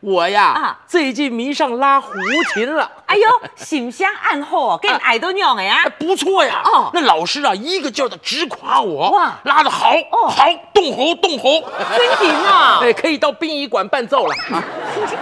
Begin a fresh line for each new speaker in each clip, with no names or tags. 我呀，
啊
最近迷上拉胡琴了，
哎呦，心香暗号哦，跟矮都娘的呀
哎，，不错呀。
哦
那老师啊，一个劲儿的直夸我，
哇
拉的好，
哦
好，动喉，动喉。
真行啊！
哎，可以到殡仪馆伴奏了啊！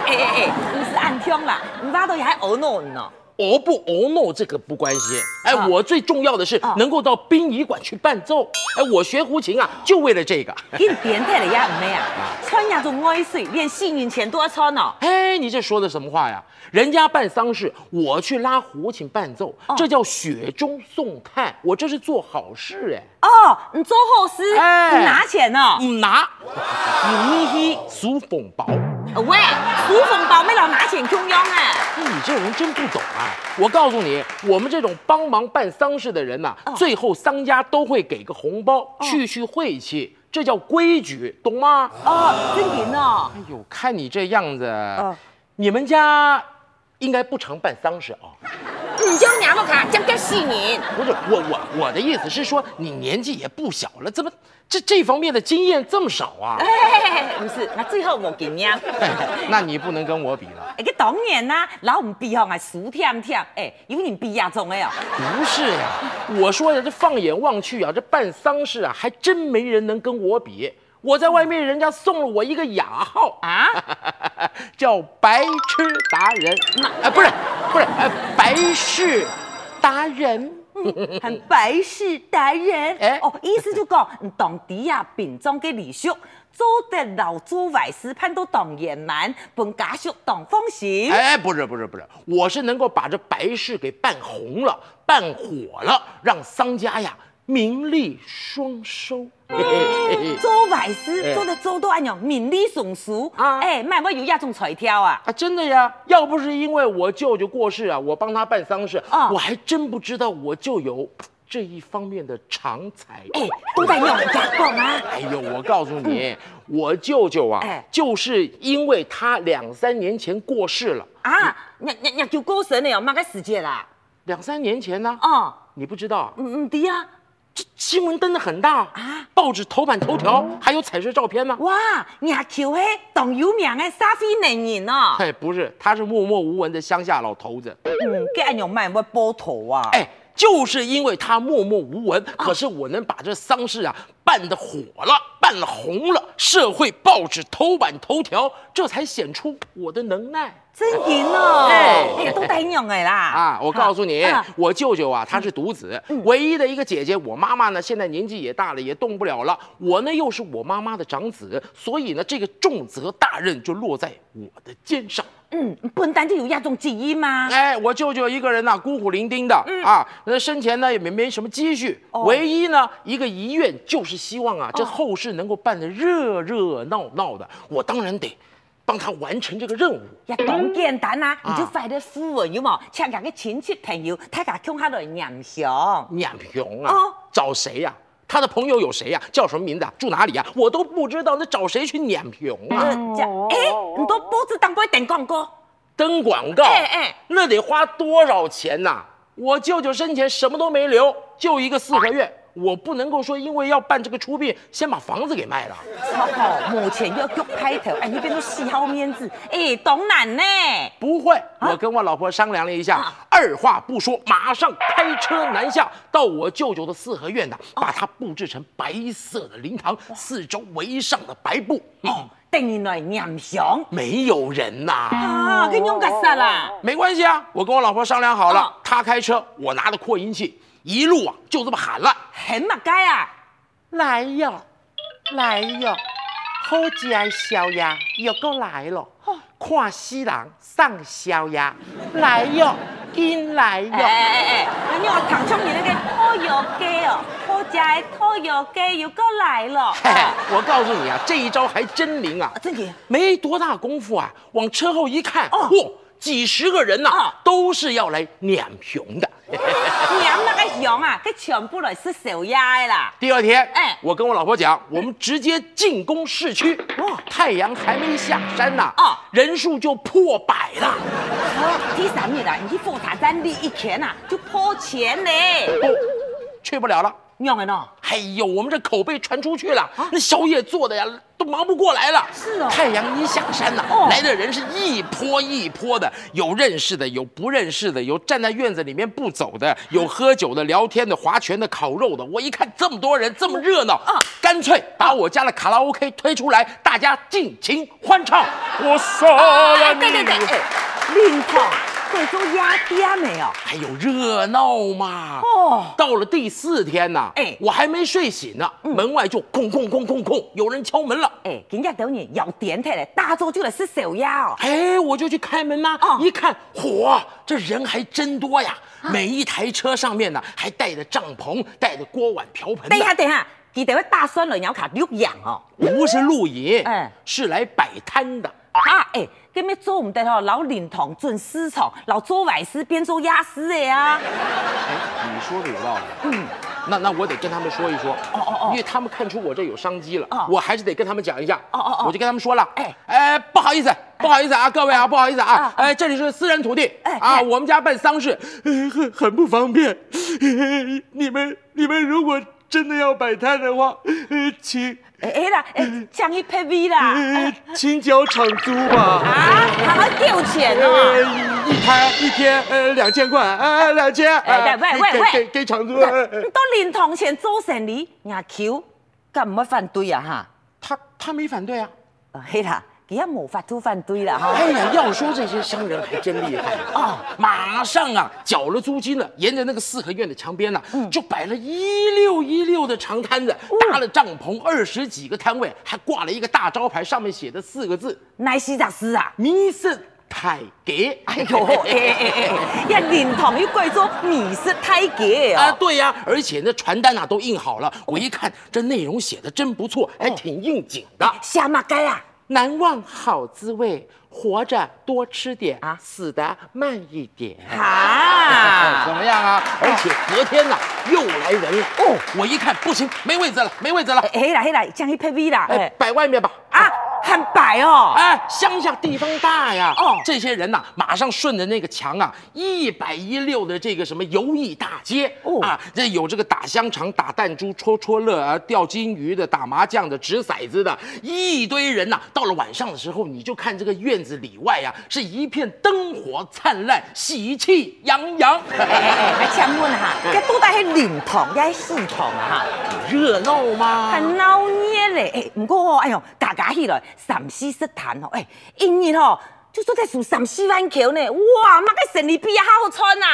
哎哎哎，不是暗听啦，你爸都也还偶弄你呢。
哦不哦 no 这个不关心，哎，
啊
我最重要的是
啊
能够到殡仪馆去伴奏，哎，我学胡琴啊，就为了这个。
给你变态了呀，妹啊！穿呀就爱水，连四年前都要穿呢。
哎，你这说的什么话呀？人家办丧事，我去拉胡琴伴奏，
哦
这叫雪中送炭，我这是做好事哎。
哦，你做后事，
哎
你拿钱呢？
唔拿，你咪俗讽薄，
喂，无风包妹老拿钱穷央哎。
那你这人真不懂啊！我告诉你，我们这种帮忙办丧事的人呐、
哦
最后丧家都会给个红包，去去晦气，这叫规矩，懂吗？
哦，真行哦。
哎呦，看你这样子，你们家应该不常办丧事啊。
你就娘们卡，将将四年。
不是我我我的意思是说，你年纪也不小了，怎么这这方面的经验这么少啊？哎
哎，不是，那最后我给娘。
那你不能跟我比了。
哎，个当然啦，老唔比吼，我数舔舔，哎，有人比呀种的哦。
不是呀、我说呀，这放眼望去啊，这办丧事啊，还真没人能跟我比。我在外面，人家送了我一个雅号 啊，
啊，
叫白痴达人。啊，不是，不是，呃白事达人。
嗯 很白事达人。
哎
哦，意思就讲，你当地啊呀，品种嘅礼俗，做得老做坏事，判到当野蛮，本家属当风行。
哎，不是不是不是，我是能够把这白事给办红了、办火了，让丧家呀名利双收。 嘿嘿嘿嘿
做
哎
坏事做得做到安样，名利双收
啊
哎，卖不有亚种彩挑啊？
啊，真的呀！要不是因为我舅舅过世啊，我帮他办丧事，
啊
我还真不知道我舅有这一方面的长才。
哎，都在用家讲啊。
哎呦，我告诉你，我舅舅啊，
哎
就是因为他两三年前过世了，
啊，你你你叫高神的哦，嘛个时间啦？
两三年前呢、
哦，
你不知道啊，
嗯嗯对啊，
这新闻登的很大啊
啊，
报纸头版头条，还有彩色照片呢。
哇，你还求嘿，当有名的沙飞能人哦，
哎，不是，他是默默无闻的乡下老头子。
嗯，给俺娘买买波头啊，
哎，就是因为他默默无闻，可是我能把这丧事啊办得火了，办了红了，社会报纸头版头条，这才显出我的能耐
真人哦，
哎
哎，呀，都带娘的啦，
啊！我告诉你
啊，
我舅舅啊，他是独子，唯一的一个姐姐。我妈妈呢，现在年纪也大了，也动不了了。我呢，又是我妈妈的长子，所以呢，这个重责大任就落在我的肩上。
嗯，笨蛋就有亚种记忆吗？
哎，我舅舅一个人呐、孤苦伶仃的、啊，那生前呢也没没什么积蓄，
嗯哦
唯一呢一个遗愿就是希望啊，这后事能够办得热热闹闹的。我当然得帮他完成这个任务。
呀，讲简单啊，
啊
你就快点富文有冇？请人个亲戚朋友，大家向下来念想。
娘平啊，
哦
找谁呀、他的朋友有谁呀、叫什么名字、啊？住哪里呀、我都不知道，那找谁去撵平啊？
嗯，这哎，你都报纸当过电广告，
登广告，
哎哎
那得花多少钱呐、我舅舅生前什么都没留，就一个四合院。我不能够说，因为要办这个出殡，先把房子给卖了。
超好，目前哦要脚拍头，哎，你变成死好面子，哎，当然呢。
不会，
啊
我跟我老婆商量了一下，二话不说，马上开车南下到我舅舅的四合院呐，
哦
把它布置成白色的灵堂，四周围上了白布，
哦，等于来念想。
没有人呐、
啊，跟用干啥啦？
没关系啊，我跟我老婆商量好了，
哦
她开车，我拿着扩音器，一路啊就这么喊了。
很嘛该啊！
来哟，来哟，好食的烧鸭又搁来咯！
哦
看死人上烧鸭，来哟，紧来
哎
哟！
哎哎哎，那你我唐冲你那个拖油鸡哦，拖家的拖油鸡又过来了。
嘿嘿我告诉你啊，这一招还真灵啊
啊，！真的？
没多大功夫啊，往车后一看，
哦
嚯、几十个人呐、
啊哎
都是要来撵熊的。
娘那个羊啊，佮全部来是小鸭的啦。
第二天，
哎
我跟我老婆讲，我们直接进攻市区。哇，太阳还没下山呐、
哦啊
人数就破百了。
第三日啦，你去火塔站立一天啊，就破钱嘞。
不，哦去不了了。
娘的喏，
哎呦，我们这口碑传出去了，那宵夜做的呀，都忙不过来了。
啊是哦
太阳一下山呐、
哦
来的人是一波一波的，有认识的，有不认识的，有站在院子里面不走的，有喝酒的、聊天的、划拳的、烤肉的。我一看这么多人，这么热闹，
啊
干脆把我家的卡拉 OK 推出来，大家尽情欢唱。我杀了
哎
你！
啊对对对，哎，林彤，贵州压店没有？
还有哎热闹嘛！
哦
到了第四天呐、
哎嗯
我还没睡醒呢，门外就空空空空空，有人敲门了。
哎，今天等你有点太嘞，大周就来是小鸭哦。
哎，我就去开门呐、
哦
一看，嚯，这人还真多呀！
啊
每一台车上面呢，还带着帐篷，带着锅碗瓢盆
等一
的，
下，等一下，记得要大酸了，你要卡六样哦。
不是露营，
哎
是来摆摊的。
啊，哎，今日做唔得吼，老林彤准私闯，老做外事边做鸭事的啊。
哎，你说的有道理。嗯，那那我得跟他们说一说，哦
哦哦
因为他们看出我这有商机了，
哦
我还是得跟他们讲一下。
哦哦哦
我就跟他们说了，
哎
哎，不好意思，不好意思啊，各位啊，不好意思啊
啊，
哎，这里是私人土地，
哎
啊，
哎
我们家办丧事，呃很很不方便。哎你们你们如果真的要摆摊的话，呃，请
哎哎啦，哎，讲一配 V 啦。
呃，请缴场租吧。
哎啊，还要丢钱
呃
哦。，
一摊一天，呃，两千块，呃，两千，
哎喂喂
给
喂
给给场租。呃
你到林彤前做生意，牙 Q，咁唔反对啊哈。
他他没反对啊。
哦，嘿啦，佢也冇法度反对啦哈。
哎呀，要说这些商人还真厉害啊！马上啊，缴了租金了，沿着那个四合院的墙边呢、就摆了一溜一溜的长摊子，搭了帐篷，二十几个摊位，还挂了一个大招牌，上面写的四个字
耐西达斯啊！
“迷色太给”。
哎呦，哎哎哎哎，呀，林彤与贵州米是太给
啊，
哦。
对呀、而且那传单啊都印好了，我一看这内容写的真不错，还挺应景的。
下马街啊，
难忘好滋味，活着多吃点
啊
死的慢一点。怎
哈！
么样啊？而且隔天呐、又来人了。哦，我一看不行，没位子了，没位子了，
哎嘿啦嘿啦，将去配 V 啦，
哎
哎，
摆外面吧。
啊，很白哦。
哎，乡下地方大呀！
哦
这些人呐、马上顺着那个墙啊，一百一六的这个什么游艺大街、
哦
啊，这有这个打香肠、打弹珠、戳戳乐啊、钓金鱼的、打麻将的、掷骰子的，一堆人呐、到了晚上的时候，你就看这个院子里外呀、是一片灯火灿烂、喜气洋 洋。
哎哎哎，还请问哈，这都在迄林彤，也系彤啊哈。
热闹吗？
很闹热嘞，哎，不过哦，哎呦，嘎嘎起来，陕西石潭哦，哎，英日哦，就说在数陕西湾桥呢，哇，那个神力比啊好穿呐、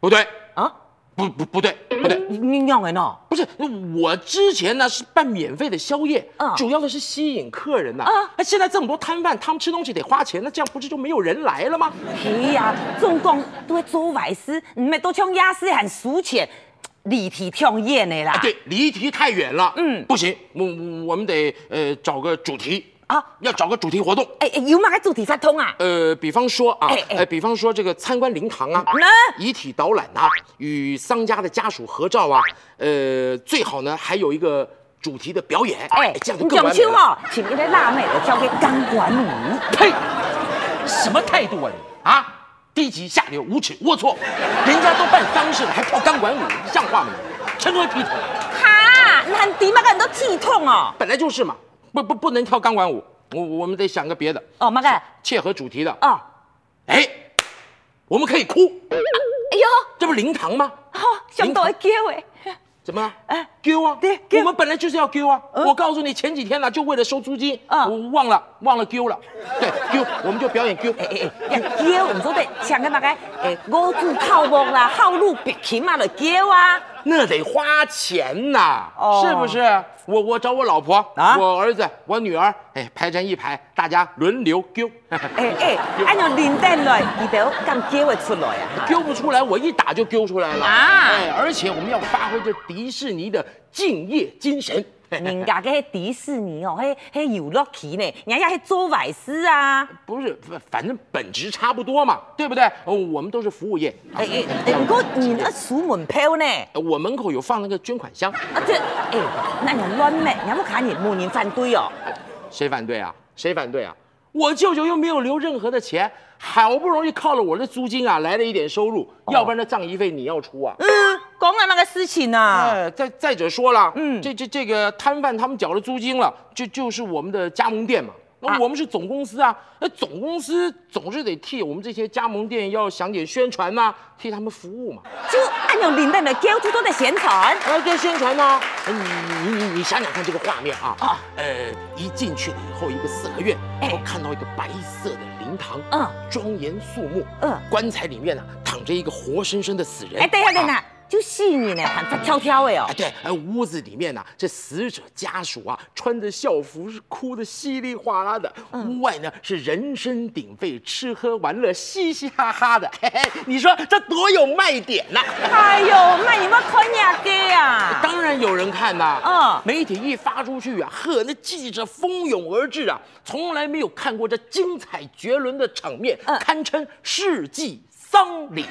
不对，
啊，啊，
不不不对，不对，
你你娘的喏，
不是我之前呢是办免费的宵夜，
嗯
主要的是吸引客人呐、
啊
啊。现在这么多摊贩，他们吃东西得花钱，那这样不是就没有人来了吗？
是啊，总共都在做坏事，唔系都像亚视很输钱，立体创业的啦，
啊，对，离题太远了，
嗯
嗯，不行，我我我们得呃找个主题
啊
啊，要找个主题活动。
哎，哎，有嘛个主题发通啊？
呃，比方说啊，
哎哎
呃，比方说这个参观灵堂啊，
那
遗体导览啊，与丧家的家属合照啊，呃，最好呢还有一个主题的表演，哎，这样就
你
更
讲
完美
秋
了。
哦，前面的辣妹我交给钢管舞。
呸！什么态度啊你啊！低级下流、无耻、龌龊，人家都办丧事了，还跳钢管舞，像话吗你？成何体统？
哈，难敌嘛个人都剃痛哦，
本来就是嘛，不不不能跳钢管舞，我我们得想个别的，
哦嘛个，
切合主题的。
哦，
哎，我们可以哭，
哎呦。哦
这不灵堂吗？
好，想到会叫诶，
怎么了？
哎
丢啊！
对丢
我们本来就是要丢啊！
嗯
我告诉你，前几天呢、就为了收租金，
嗯
我忘了忘了丢了。对，丢，我们就表演丢。
哎哎哎，要叫，唔说得像个嘛个，诶，五子靠木啦，后路别起嘛来叫啊，
那得花钱呐，
哦
是不是？我我找我老婆
啊
我儿子，我女儿，哎，排成一排，大家轮流 丢，
诶诶，按照连带来，伊就咁叫会出来啊，
丢不出来，我一打就丢出来了
啊
哎，而且我们要发挥这迪士尼的敬业精神。
人家嘅迪士尼哦，迄迄游乐区呢，人家去做坏事啊，
不是，反反正本质差不多嘛，对不对？哦，我们都是服务业。
诶诶，诶，不过人家数门票呢，
呃我门口有放那个捐款箱，
啊这诶，那种乱咩，人家不看你冇人反对哦，
谁反对啊？谁反对啊？我舅舅又没有留任何的钱，好不容易靠了我的租金啊，来了一点收入，要不然这葬仪费你要出啊。
嗯，讲啊那个事情啊，
哎，再再者说了，
嗯
嗯，这这这个摊贩他们缴了租金了，就就是我们的加盟店嘛。
啊
那我们是总公司啊，那总公司总是得替我们这些加盟店要想点宣传呐、替他们服务嘛，
就按用林丹的叫就都在宣传，
哎，对，宣传呐、哎你你你你想想看这个画面啊，
啊
啊，呃，一进去了以后，一个四合院，
哎
然后看到一个白色的灵堂，
嗯
嗯，庄严肃穆，
嗯
嗯，棺材里面呢、躺着一个活生生的死人。
哎，等一下等一
啊
下，就细腻呢，弹着跳跳的哦
啊，，对，呃，屋子里面呢、这死者家属啊，穿着校服是哭得稀里哗啦的；屋外呢是人声鼎沸，吃喝玩乐嘻嘻哈哈的。嘿嘿，你说这多有卖点呐、
哎呦，妈，你们看啊呀哥呀，
当然有人看呐、
嗯
媒体一发出去啊，呵，那记者蜂拥而至啊，从来没有看过这精彩绝伦的场面，
嗯
堪称世纪丧礼。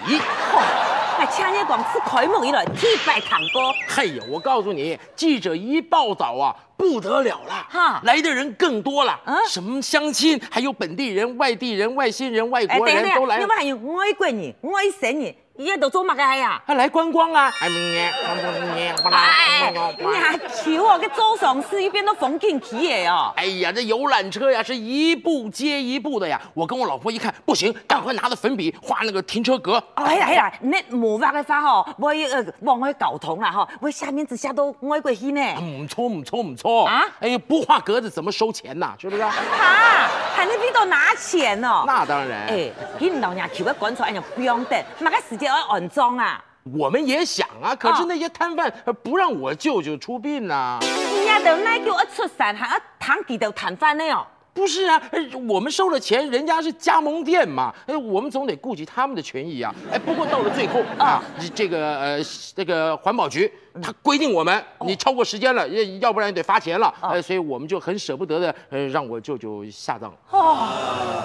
哎，请你讲是开幕以来替拜堂哥，
嘿呀，我告诉你，记者一报道啊，不得了了，
哈
来的人更多了，
啊
什么相亲，还有本地人、外地人、外星人、外
哎，
国
等一下
人都
等
来
一下，你，们还有外国人、外省人，伊个都做乜个呀？
他来观光啊，哎咩，哎
哎，
咩
你还求哦，个周上市一边都风景区的哦。
哎呀，这游览车呀是一步接一步的呀！我跟我老婆一看，不行，赶快拿着粉笔画那个停车格。
哦，系啦系啦，你无法嘅法吼，我呃望我搞同啦吼，我下面之下都爱过去呢。
嗯，不错不错不错
啊
啊！哎呀，不画格子怎么收钱呐？是不是？
哈，还你边度啊拿钱哦？
那当然。
哎，你老娘求个赶出，哎呀不用得，那个时间要安装啊。
我们也想啊，可
哦
是那些摊贩呃不让我舅舅出殡呐、
人家都那叫我出山，还要谈几头谈饭的哦。
不是啊，呃我们收了钱，人家是加盟店嘛，哎，我们总得顾及他们的权益啊。哎，不过到了最后啊，这个呃，这个环保局他规定我们，你超过时间了，要要不然你得罚钱了。哎，所以我们就很舍不得的，呃，让我舅舅下葬。
哦，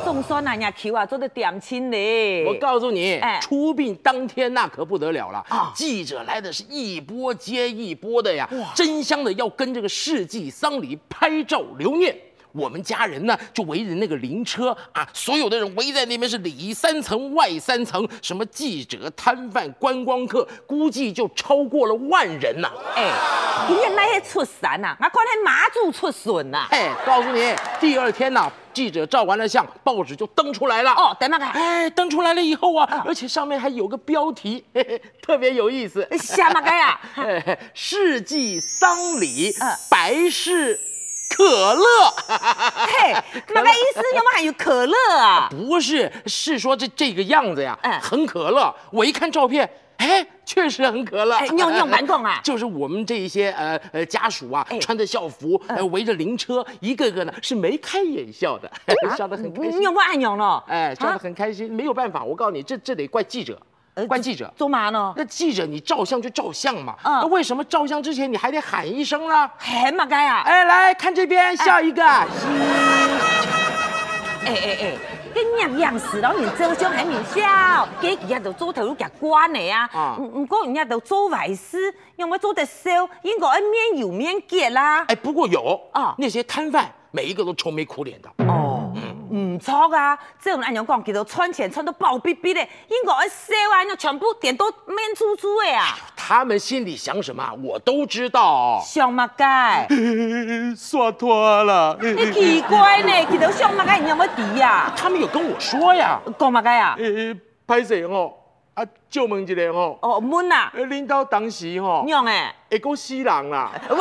总算人家求啊做得点亲嘞。
我告诉你
哎，
出殡当天那可不得了了
啊
记者来的是一波接一波的呀
哇，
争相的要跟这个世纪丧礼拍照留念。我们家人呢就围着那个灵车啊，所有的人围在那边是里三层外三层，什么记者、摊贩、观光客，估计就超过了万人呐、
哎，人家那些出山呐、啊，我看那马祖出啊笋呐、
哎，告诉你，第二天呐、记者照完了相，报纸就登出来了。
哦，等那个
哎，登出来了以后啊，而且上面还有个标题，嘿嘿，特别有意思。
下马个啊 呀，
哎世纪丧礼
嗯，
百事可乐。
嘿，那个意思有没有还有可乐 啊？
不是，是说这这个样子呀
嗯，
很可乐。我一看照片，哎，确实很可乐。
哎你有你有蛮讲啊
就是我们这一些呃呃家属啊
哎，
穿着校服，呃围着灵车，一个个呢是眉开眼笑的， 笑得很开
你
心
有。没有按用 了？
哎，笑得
嗯啊
很开心，没有办法，我告诉你，这这得怪记者
呃，
怪记者。
做嘛呢？
那记者你照相就照相嘛，
嗯
那为什么照相之前你还得喊一声呢？
嘿嘛个呀，哎
哎，来看这边，笑一个。
哎哎，跟人样事咯，人做相还面笑，给人家都做头都夹官的啊
啊。
唔唔过人家都做坏事，有没有做得少，应该免有免结啦。
哎，不过有
啊
啊，那些摊贩每一个都愁眉苦脸的。
哦，唔错啊！这种按样讲，其实穿钱穿到爆逼逼的，英国一笑啊，那全部点都面珠珠的啊，
他们心里想什么啊，我都知道。
上乜 街？
刷脱了，
你奇怪呢？其实上乜街你有乜底啊？
他们有跟我说呀。
讲乜街啊？
呃，拍摄哦，啊，借问一下哦，
哦，闷啊，
呃，领导当时哦
娘诶，
会够死人啦。
喂！